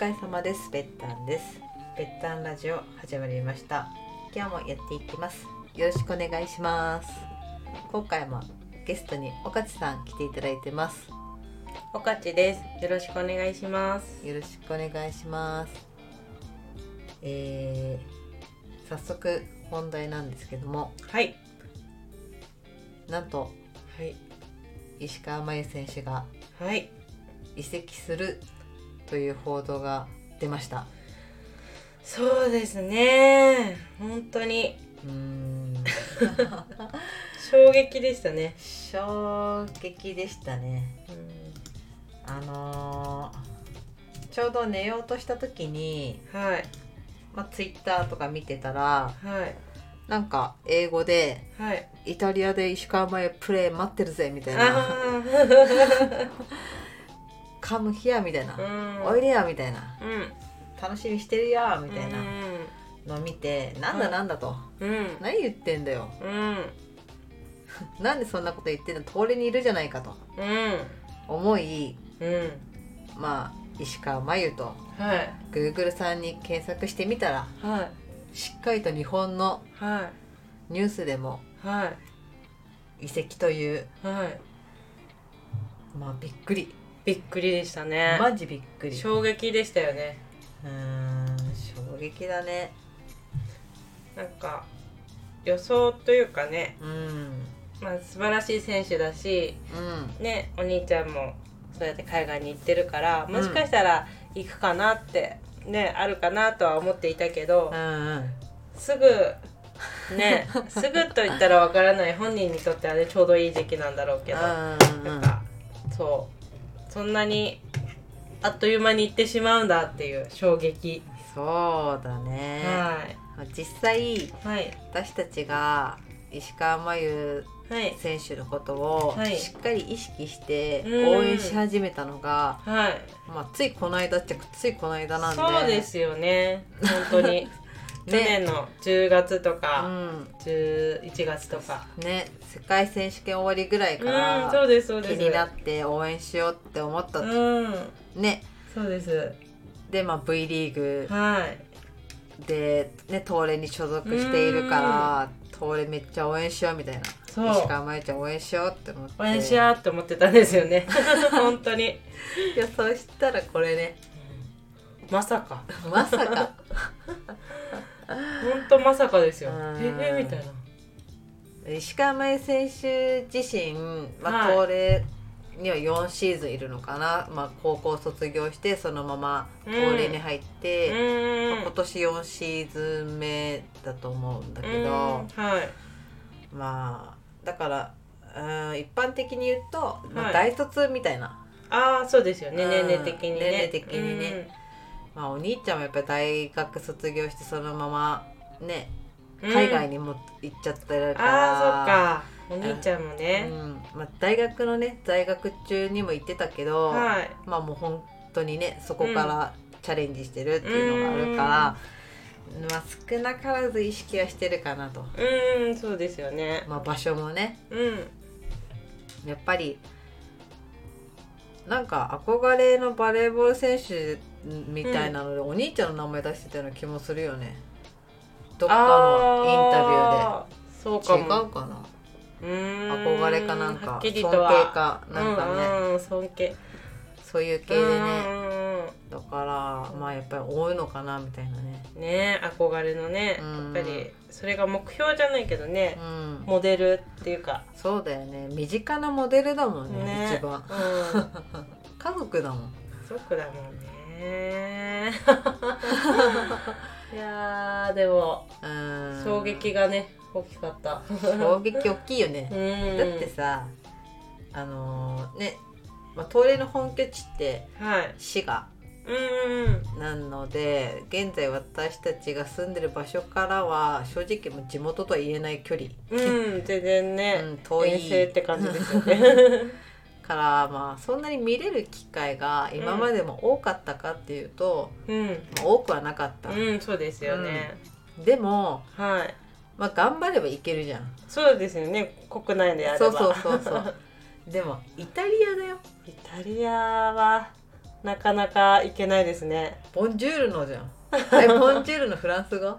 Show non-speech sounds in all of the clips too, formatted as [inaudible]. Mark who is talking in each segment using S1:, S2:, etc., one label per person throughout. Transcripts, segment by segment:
S1: れ様ですべったんですべったんラジオ始まりました今日もやっていきますよろしくお願いします今回もゲストに岡地さん来ていただいてます
S2: おかちです。よろしくお願いします。
S1: よろしくお願いしますえー、早速本題なんですけども
S2: はい。
S1: なんと
S2: はい。
S1: 石川真佑選手が
S2: はい。
S1: 移籍するという報道が出ました
S2: そうですね。本当に
S1: うーん
S2: 衝撃でしたね。
S1: 衝撃でしたね
S2: うん
S1: あのーちょうど寝ようとした時に、
S2: はい。
S1: まあ、Twitter とか見てたら
S2: はい。
S1: なんか英語で
S2: はい。
S1: 「イタリアで石川真佑プレー待ってるぜ」みたいな
S2: あ
S1: 「カムヒア」みたいな
S2: あ。う
S1: 「
S2: ん。
S1: おいでや」みたいな
S2: うん。
S1: 「楽しみしてるや」みたいな
S2: うん
S1: のを見て「なんだなんだ」と
S2: うん
S1: 「何言ってんだよ
S2: うん。
S1: なんでそんなこと言ってんの通りにいるじゃないか」と
S2: うん。
S1: 思い
S2: うん。
S1: まあ石川真佑と
S2: はい。
S1: Google さんに検索してみたら
S2: はい。
S1: しっかりと日本の
S2: はい。
S1: ニュースでも
S2: はい。
S1: 移籍という
S2: はい。
S1: まあびっくり
S2: びっくりでしたね。
S1: マジびっくりう
S2: 衝撃でしたよね。
S1: ーん衝撃だね
S2: なんか予想というかね、
S1: うんうん
S2: まあ素晴らしい選手だし、ねお兄ちゃんもそうやって海外に行ってるからもしかしたら行くかなって、ねあるかなとは思っていたけど
S1: う、んうん
S2: すぐ
S1: [laughs]
S2: ねすぐと言ったらわからない本人にとってはねちょうどいい時期なんだろうけど、
S1: うんう
S2: なんんかそうそんなにあっという間に行ってしまうんだっていう衝撃、
S1: そうだね
S2: は
S1: 実際
S2: いはい
S1: 私たちが石川真佑
S2: はい
S1: 選手のことを
S2: はい
S1: しっかり意識して
S2: うん
S1: 応援し始めたのが、
S2: はい
S1: まあ、ついこの間っちゃついこの間なんで
S2: そうですよね本当
S1: [laughs]
S2: に去年の10月と
S1: う
S2: か、
S1: ん
S2: 11月とか
S1: ね世界選手権終わりぐらいか
S2: うんそう
S1: ら
S2: ですそう
S1: 気
S2: です
S1: になって応援しようって思ったと
S2: うん
S1: ね
S2: そうです
S1: で、まあ、V リーグ
S2: はい
S1: で、ね、東レに所属しているから東レめっちゃ応援しようみたいな
S2: そう
S1: 石川真由ちゃん応援しようって思って
S2: 応援しようって思ってたんです
S1: [laughs]
S2: よね本当に
S1: いやそしたらこれね
S2: まさか
S1: まさか [laughs]
S2: 本当まさかですよ
S1: うん
S2: ええみたいな
S1: 石川真由選手自身、まあ、
S2: はい
S1: 東レには4シーズンいるのかな、まあ、高校卒業してそのまま東レに入って。
S2: うん
S1: 今年4シーズン目だと思うんだけ
S2: うん
S1: ど、
S2: はい
S1: まあだから、うん、一般的に言うと、まあ
S2: はい
S1: 大卒みたいな、
S2: ああそうですよね
S1: うん
S2: 年齢的にね
S1: 年齢的にねまあ、お兄ちゃんもやっぱり大学卒業してそのままね
S2: うん
S1: 海外
S2: うん
S1: にも行っちゃってるから、
S2: ああそっかお兄ちゃんもね
S1: うんまあ、大学のね在学中にも行ってたけど、
S2: はい
S1: まあもう本当にねそこからチャレンジしてるっていうのがあるから、まあ、少なからず意識はしてるかなと、
S2: うんそうですよね
S1: まあ、場所もね
S2: うん
S1: やっぱりなんか憧れのバレーボール選手みたいなので、お兄ちゃんの名前出してたような気もするよねどっかのインタビュ
S2: あーそうか
S1: ーで違う
S2: も
S1: かな
S2: うーん
S1: 憧れかなん
S2: は
S1: か
S2: っ
S1: 尊
S2: き
S1: 敬
S2: りとは
S1: かなんかね、
S2: うんうん、尊敬
S1: そういう系でね
S2: ね
S1: だからまあやっぱり多いのかなみたいなね
S2: ね憧れのね
S1: うん
S2: やっぱりそれが目標じゃないけどね
S1: うん
S2: モデルっていうか
S1: そうだよね身近なモデルだもんね
S2: ね
S1: 一番
S2: うん [laughs]
S1: 家族だもん
S2: 族だ
S1: [laughs]
S2: もんねいやーでも
S1: うん
S2: 衝撃がね大きかった
S1: 衝撃大きいよね、
S2: うん
S1: だってさあのーね、まあ、東レの本拠地って
S2: はい
S1: 滋賀
S2: うんうん
S1: なので現在私たちが住んでる場所からは正直もう地元とは言えない距離、
S2: うん全然ね、
S1: うん、遠い
S2: 遠征って感じですよ
S1: [laughs]
S2: ね
S1: からまあそんなに見れる機会が今までも多かったかっていうと、
S2: うん
S1: まあ多くはなかった、
S2: うんそうですよね、
S1: でも、
S2: はい
S1: まあ、頑張ればいけるじゃん
S2: そうですよね国内であれ
S1: そ
S2: ば
S1: うそうそうそうでもイタリアだよ
S2: イタリアはなかなか行けないですね
S1: ボンジュールのじゃんえボンジュールのフランス語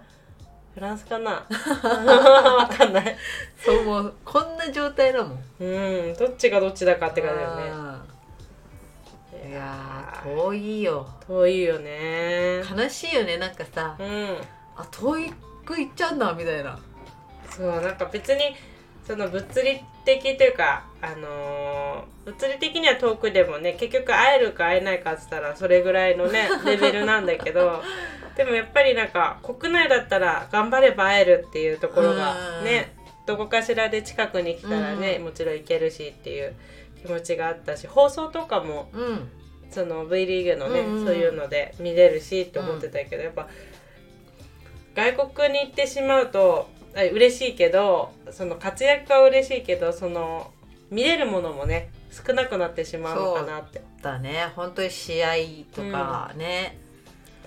S2: フランスかなわかんない
S1: そうもうこんな状態だもんっ
S2: うんどっちがどっちだかって感じだよ
S1: ね
S2: ね
S1: いやー遠いよ
S2: 遠いよね
S1: 悲しいよねなんかさ
S2: うん
S1: あ遠く行っちゃうんだみたいな
S2: そうなんか別にその物理的というかあのー物理的には遠くでもね結局会えるか会えないかっつったらそれぐらいの
S1: [laughs]
S2: ねレベルなんだけどでもやっぱりなんか国内だったら頑張れば会えるっていうところがねどこかしらで近くに来たらね
S1: うん
S2: もちろん行けるしっていう気持ちがあったし放送とかも
S1: うん
S2: その V リーグのね、
S1: うんうん
S2: そういうので見れるしって思ってたけど、やっぱ外国に行ってしまうとあ嬉しいけどその活躍は嬉しいけどその見れるものもね少なくなってしまうのかなって
S1: だね本当に試合とかね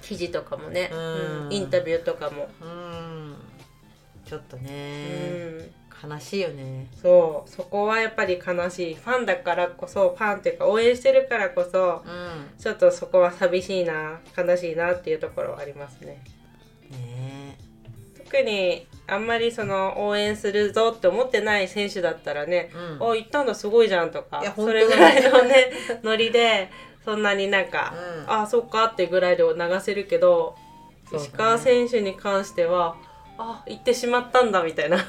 S2: 記事とかもね、
S1: うん
S2: うんインタビューとかも、
S1: うん、ちょっと
S2: う
S1: ね、
S2: ん、
S1: 悲しいよね
S2: そうそこはやっぱり悲しいファンだからこそファンっていうか応援してるからこそ
S1: うん
S2: ちょっとそこは寂しいな悲しいなっていうところはありますね。
S1: ね
S2: 特にあんまりその応援するぞって思ってない選手だったらね
S1: う、ん
S2: お行ったんだすごいじゃんとか
S1: いや本
S2: そ
S1: 当だ
S2: れぐらいのね [laughs] ノリでそんなになんか、
S1: うん
S2: ああそうかってぐらいで流せるけど、
S1: そうだね
S2: 石川選手に関してはあ行ってしまったんだみたいな
S1: いや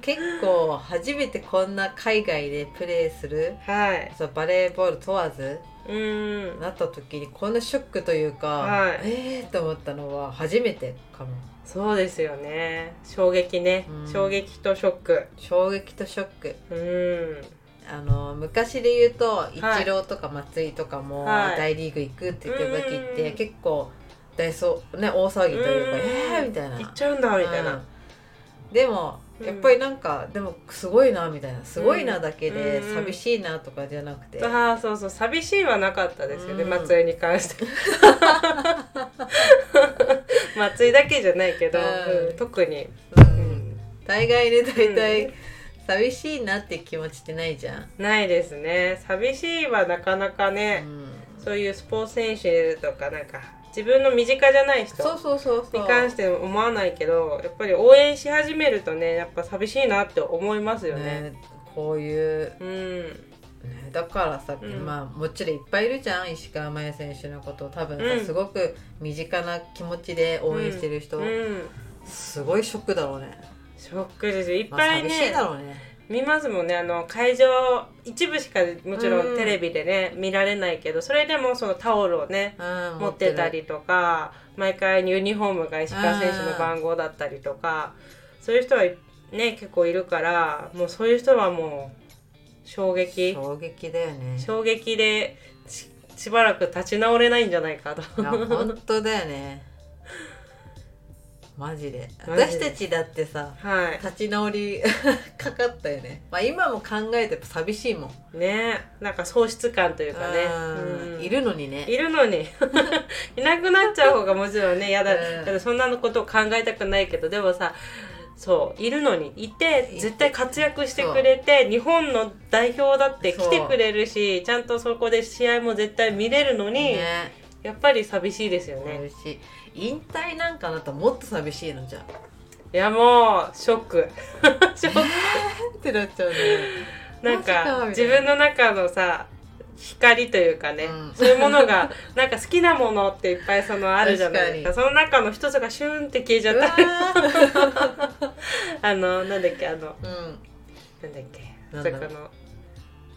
S1: 結構初めてこんな海外でプレーする
S2: [laughs] はい
S1: そうバレーボール問わず
S2: うーん
S1: なった時にこんなショックというか、
S2: はい
S1: ええー、と思ったのは初めてかも
S2: そうですよね衝撃ね、
S1: うん
S2: 衝撃とショック
S1: 衝撃とショック
S2: うーん
S1: あの昔で言うとイチ
S2: はい
S1: ローとか松井とかも
S2: はい
S1: 大リーグ行くって言ってる時っ
S2: うんうん
S1: て
S2: うん
S1: 結構大そう、ね、大騒ぎというか
S2: うん
S1: えーみたいな
S2: 行っちゃうんだみたいな、
S1: うんでも
S2: うん
S1: やっぱりなんかでもすごいなみたいなすごいなだけで
S2: うん
S1: 寂しいなとかじゃなくて
S2: ああそうそう寂しいはなかったですよね、
S1: うん
S2: 松井に
S1: [laughs]
S2: 関して松井だけじゃないけど、
S1: うん
S2: うん特に、
S1: うん大概ね大
S2: う
S1: 体
S2: ん
S1: 寂しいなって気持ちってないじゃん。
S2: ないですね寂しいはなかなか
S1: う
S2: ね、
S1: ん
S2: そういうスポーツ選手とかなんか自分の身近じゃない人
S1: そうそうそうそう
S2: に関して思わないけどやっぱり応援し始めるとねやっぱ寂しいなって思いますよね。
S1: ねこういう、
S2: うん
S1: ねだからさ、
S2: うん
S1: まあもちろんいっぱいいるじゃん石川真佑選手のことを多分さ、
S2: うん
S1: すごく身近な気持ちで応援してる人、
S2: うん
S1: すごいショックだろうね、
S2: ショックですよいっ
S1: まあ、
S2: ぱいね、
S1: 寂しいだろうね
S2: 見ますもんねあの会場一部しかもちろ
S1: うんん
S2: テレビでね、見られないけどそれでもそのタオルをね
S1: うん
S2: 持ってた
S1: る
S2: りとか毎回ユニフォームが石川選手の番号だったりとかそういう人はね結構いるからもうそういう人はもう衝撃
S1: 衝撃だよね
S2: 衝撃でししばらく立ち直れないんじゃないかと。
S1: いや本当だよねマジで
S2: マジで
S1: 私たちだってさ
S2: はい
S1: 立ち直り [laughs] かかったよね、まあ、今も考えて寂しいもん、
S2: [laughs] ねなんか喪失感というかね、
S1: う
S2: うんん
S1: いるのにね
S2: いるのに [laughs] いなくなっちゃう方がもちろんねやだ
S1: うん
S2: だってそんなのことを考えたくないけどでもさそういるのにいて絶対活躍してくれて日本の代表だって来てくれるしちゃんとそこで試合も絶対見れるのに、
S1: ね
S2: やっぱり寂しいですよね、
S1: 寂しい引退なんかなったらもっと寂しいのじゃん
S2: いやもうショッ
S1: [laughs]
S2: クショック
S1: ってなっちゃうね
S2: なん
S1: マジかみたい
S2: か
S1: な
S2: 自分の中のさ光というかね、
S1: うん
S2: そういうものがなんか好きなものっていっぱいそのあるじゃないですかその中の一つがシューンって消えちゃ
S1: う
S2: っ
S1: わ
S2: たあのなんだっけあ
S1: ー
S2: の
S1: うん
S2: なんだっけ
S1: な
S2: あ
S1: ん
S2: そ
S1: だ
S2: こ
S1: ろう
S2: の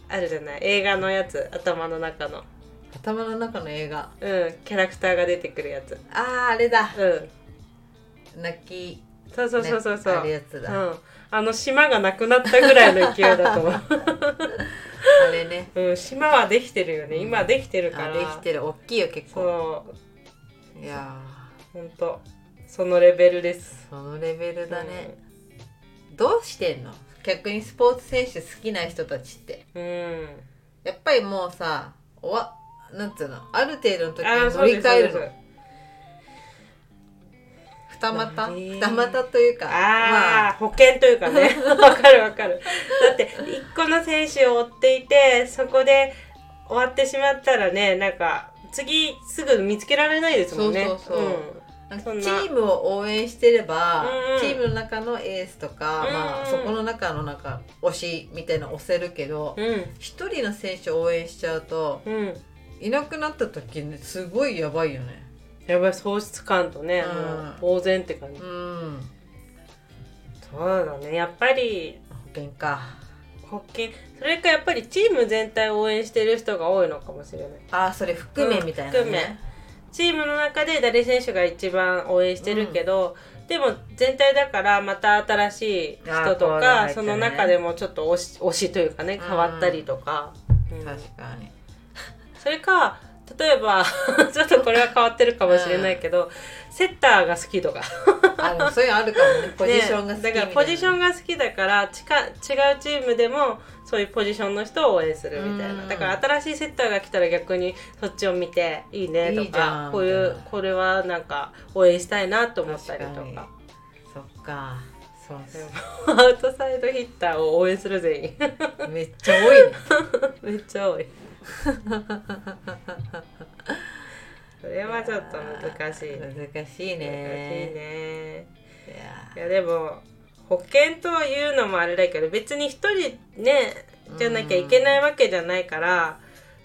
S2: あるじゃない映画のやつ頭の中の
S1: 頭の中の映画
S2: うんキャラクターが出てくるやつ
S1: あああれだ
S2: うん
S1: 泣き
S2: そうそうそうそうそう、
S1: ねあるやつ
S2: う
S1: だ、
S2: んあの島がなくなったぐらいの勢いだと思
S1: あれね [laughs]
S2: う、うん、島はできてるよね今できてるか
S1: あ
S2: ら
S1: できてる大きいよ結構
S2: そう
S1: いや
S2: 本当そのレベルです
S1: ーそのレベルだね、どうしてんの逆にスポーツ選手好きな人たちって
S2: うん、うん
S1: やっぱりもうさおわなんつうのある程度の時
S2: あー
S1: に
S2: そ
S1: 乗
S2: う
S1: り
S2: です
S1: 換える
S2: そうで
S1: の二股
S2: 乗り
S1: 二股というか
S2: すああ、保険という
S1: [laughs]
S2: かねわかるわかるだって一個の選手を追っていてそこで終わってしまったらねなんか次すぐ見つけられないですもんね
S1: そうそうそうんなん
S2: そ
S1: か
S2: んな
S1: チームを応援してれば、
S2: うんうん
S1: チームの中のエースとか、
S2: うんうん
S1: まあ、そこの中のなんか推しみたいなの押せるけど
S2: うん
S1: 一、人の選手を応援しちゃうと
S2: うん
S1: いなくなった時ねすごいやばいよね。
S2: やばい喪失感とね、
S1: うん
S2: もう呆然って感じ、
S1: うん
S2: そうだねやっぱり
S1: 保険か
S2: 保険それかやっぱりチーム全体を応援してる人が多いのかもしれない
S1: ああそれ含めみたいな
S2: うん
S1: ね、
S2: チームの中で誰選手が一番応援してるけど、でも全体だからまた新しい人と
S1: あー
S2: か、
S1: こう入ってね
S2: その中でもちょっと推し推しというかね
S1: ん
S2: 変わったりとか、うん
S1: 確かに
S2: それか例えば [laughs] ちょっとこれは変わってるかもしれないけど、セッターが好きとか
S1: あでもそういうのあるか
S2: [laughs]
S1: もねポジションが好きみたい
S2: ね
S1: な、
S2: だからポジション
S1: が
S2: が好きだから近違うチームでもそういうポジションの人を応援するみたいな
S1: うん
S2: だから新しいセッターが来たら逆にそっちを見ていいねとか
S1: いいじゃん
S2: こうい
S1: み
S2: う
S1: たいな
S2: これはなんか応援したいなと思ったりと
S1: 確
S2: か
S1: かそっかそう
S2: でもアウトサイドヒッターを応援する全員
S1: そうめっちゃ多いね
S2: [laughs] めっち
S1: [laughs]
S2: ゃ多いそれはちょっと [laughs] 難しい難し
S1: 難しい
S2: い
S1: ね
S2: ね
S1: いや
S2: いやでも保険というのもあれだけど別に一人ねじゃなきゃいけないわけじゃないから、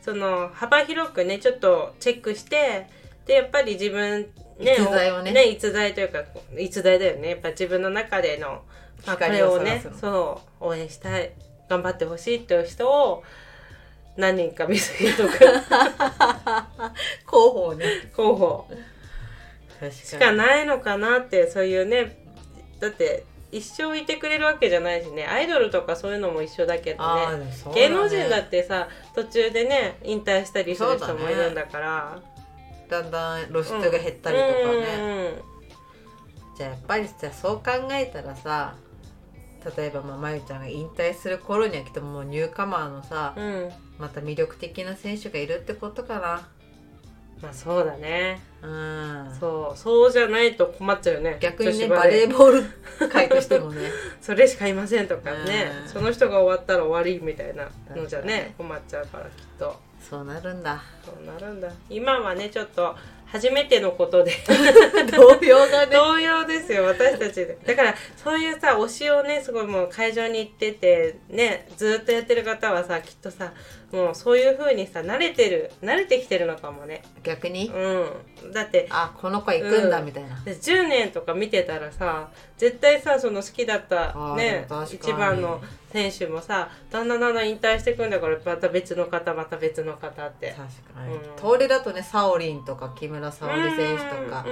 S2: その幅広くねちょっとチェックしてでやっぱり自分ね
S1: 逸材をね
S2: 逸材というか逸材だよねやっぱ自分の中での、まあ、こ
S1: 光
S2: れ
S1: を
S2: を
S1: 探
S2: ね
S1: すの
S2: そう応援したい頑張ってほしいっていう人を何人か見つけとく
S1: [laughs] 広報ね
S2: 候補し
S1: 確
S2: か
S1: かに
S2: ないのかなってそういうねだって一生いてくれるわけじゃないしねアイドルとかそういうのも一緒だけど
S1: あ
S2: ね
S1: ーでもそうだね
S2: 芸能人だってさ途中でね引退したりする人もいるんだから
S1: だんだん露出が減ったりとかね、
S2: ね
S1: じゃあやっぱりじゃあそう考えたらさ例えばまあまゆちゃんが引退する頃にはきっともうニューカマーのさ、
S2: うん、うん
S1: また魅力的な選手がいるってことか
S2: まあそうだね
S1: なうん
S2: そうそうじゃないと困っちゃうよね
S1: 逆にね
S2: 女子
S1: バレーボール界としても
S2: [laughs]
S1: ね
S2: それしかいませんとかね
S1: うん
S2: その人が終わったら終わりみたいなのじゃね
S1: 確
S2: 困っちゃうからきっと
S1: そうなるんだ
S2: そうなるんだ今はねちょっと初めてのことで
S1: 動揺がね
S2: 同様ですよ私たちでだからそういうさ推しをねすごいもう会場に行っててねずっとやってる方はさきっとさもうそういう風にさ慣れてる慣れてきてるのかもね
S1: [laughs] 逆に
S2: うんだって
S1: あこの子は行くんだみたいな、
S2: で10年とか見てたらさ絶対さその好きだった
S1: あー
S2: ね
S1: でも確かに
S2: 一番の選手もさだんだんだんだん引退してくんだからまた別の方また別の方って。
S1: 確かに、
S2: うん
S1: 東レだとねサオリンとか木村沙織選手とか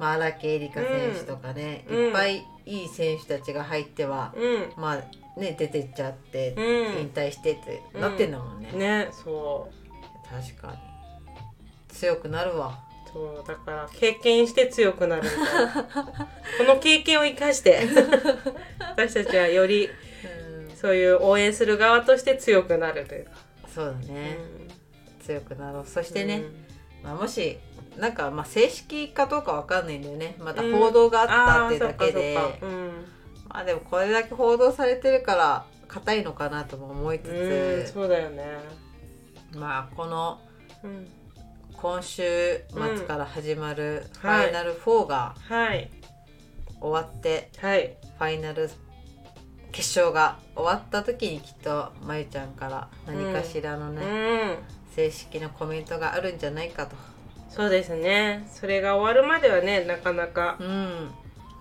S1: まあ荒木絵里香選手とかね、
S2: うん
S1: いっぱいいい選手たちが入っては、
S2: うんうん
S1: まあね出てっちゃって、
S2: うん、
S1: 引退してってなってんだもんね、
S2: うん、ねそう
S1: 確かに強くなるわ
S2: そうだから経験して強くなるみたいなこの経験を生かして
S1: [laughs]
S2: 私たちはよりそういう応援する側として強くなるというか、
S1: そうだね、強くなろうそしてね、
S2: うん
S1: まあ、もしなんかまあ正式かどうかわかんないんだよねまた報道があったっていうだけで、
S2: あーそっかそっかうん
S1: まあでもこれだけ報道されてるから硬いのかなとも思いつ
S2: うん
S1: つ、
S2: そうだよね、
S1: まあこの
S2: うん、
S1: 今週末から始まるフ
S2: うんはい
S1: ァイナル4が
S2: はい
S1: 終わって、
S2: はい
S1: ファイナル決勝が終わった時にきっとまゆちゃんから何かしらの
S2: う
S1: ね、
S2: ん
S1: 正式なコメントがあるんじゃないかと。
S2: そうですねそれが終わるまではねなかなか
S1: うん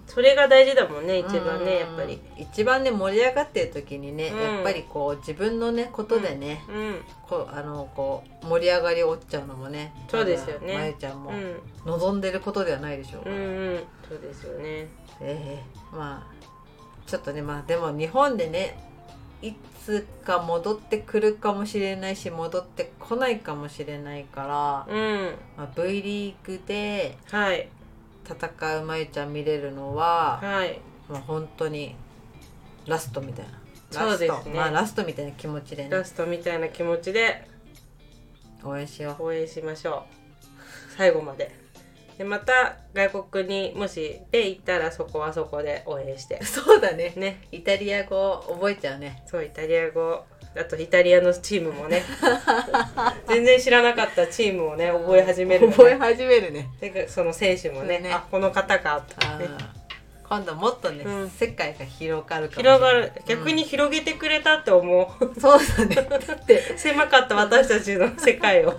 S2: それが大事だもんね一番
S1: うん
S2: ねやっぱり
S1: 一番ね盛り上がってる時にね、
S2: うん
S1: やっぱりこう自分のねことでね、
S2: うん
S1: こうあのこう盛り上がりを追っちゃうのもね
S2: そうですよね
S1: まゆちゃんも
S2: うん
S1: 望んでることではないでしょうか
S2: う
S1: ら、
S2: んうんそうですよね
S1: ええまあちょっとねまあでも日本でねいつか戻ってくるかもしれないし戻ってこないかもしれないから、
S2: うん
S1: まあ、V リーグで
S2: はい
S1: 戦うまゆちゃん見れるのは、
S2: はい
S1: まあ、本当にラストみたいな。
S2: そうですね
S1: ラストまあラストみたいな気持ちでね
S2: ラストみたいな気持ちで
S1: 応援しよう
S2: 応援しましょう最後まででまた外国にもしで行ったらそこはそこで応援して
S1: そう [laughs] だね
S2: ね
S1: イタリア語覚えちゃうね
S2: そうイタリア語あとイタリアのチーム
S1: [laughs]
S2: もね全然知らなかったチームをね覚え始める、ね、
S1: 覚え始めるね
S2: でその選手もね
S1: そうね
S2: あこの方かと
S1: あ
S2: かね [laughs]
S1: ー今度もっとね、
S2: うん
S1: 世界が広がるかもしれない
S2: 広がる逆に広げてくれたって思う [laughs]
S1: そうだねだって
S2: 狭かった私たちの世
S1: [laughs]
S2: 界を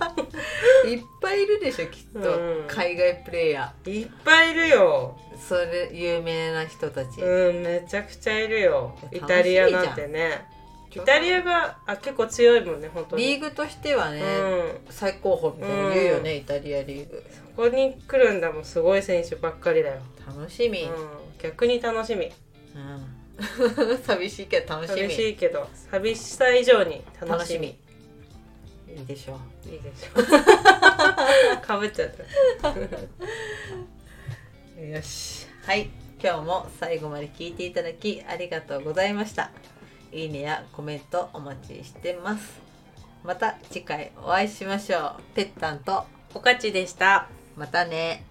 S1: いっぱいいるでしょきっと、
S2: うん
S1: 海外プレイヤ
S2: いっぱいいるよ
S1: ーそれ有名な人たち、
S2: うんめちゃくちゃいるよ
S1: い
S2: イ
S1: や
S2: タリアなんてねイタリアがあ結構強いもんね本当
S1: リー
S2: に
S1: グとしてはね、
S2: うん
S1: 最高峰みたいな言うよね、イタリアリーグ
S2: ここに来るんだもんすごい選手ばっかりだよ、
S1: 楽しみ、
S2: う
S1: うん
S2: ん、逆に楽しみ
S1: [laughs] 寂しいけど楽しみ
S2: 寂しいけど寂しさ以上に楽
S1: 楽
S2: し
S1: し
S2: み
S1: みいいでしょう
S2: いいで
S1: [laughs]
S2: しょかぶっちゃった
S1: よしはい今日も最後まで聞いていただきありがとうございましたいいねやコメントお待ちしてますまた次回お会いしましょうぺったんと
S2: おかちでした
S1: またね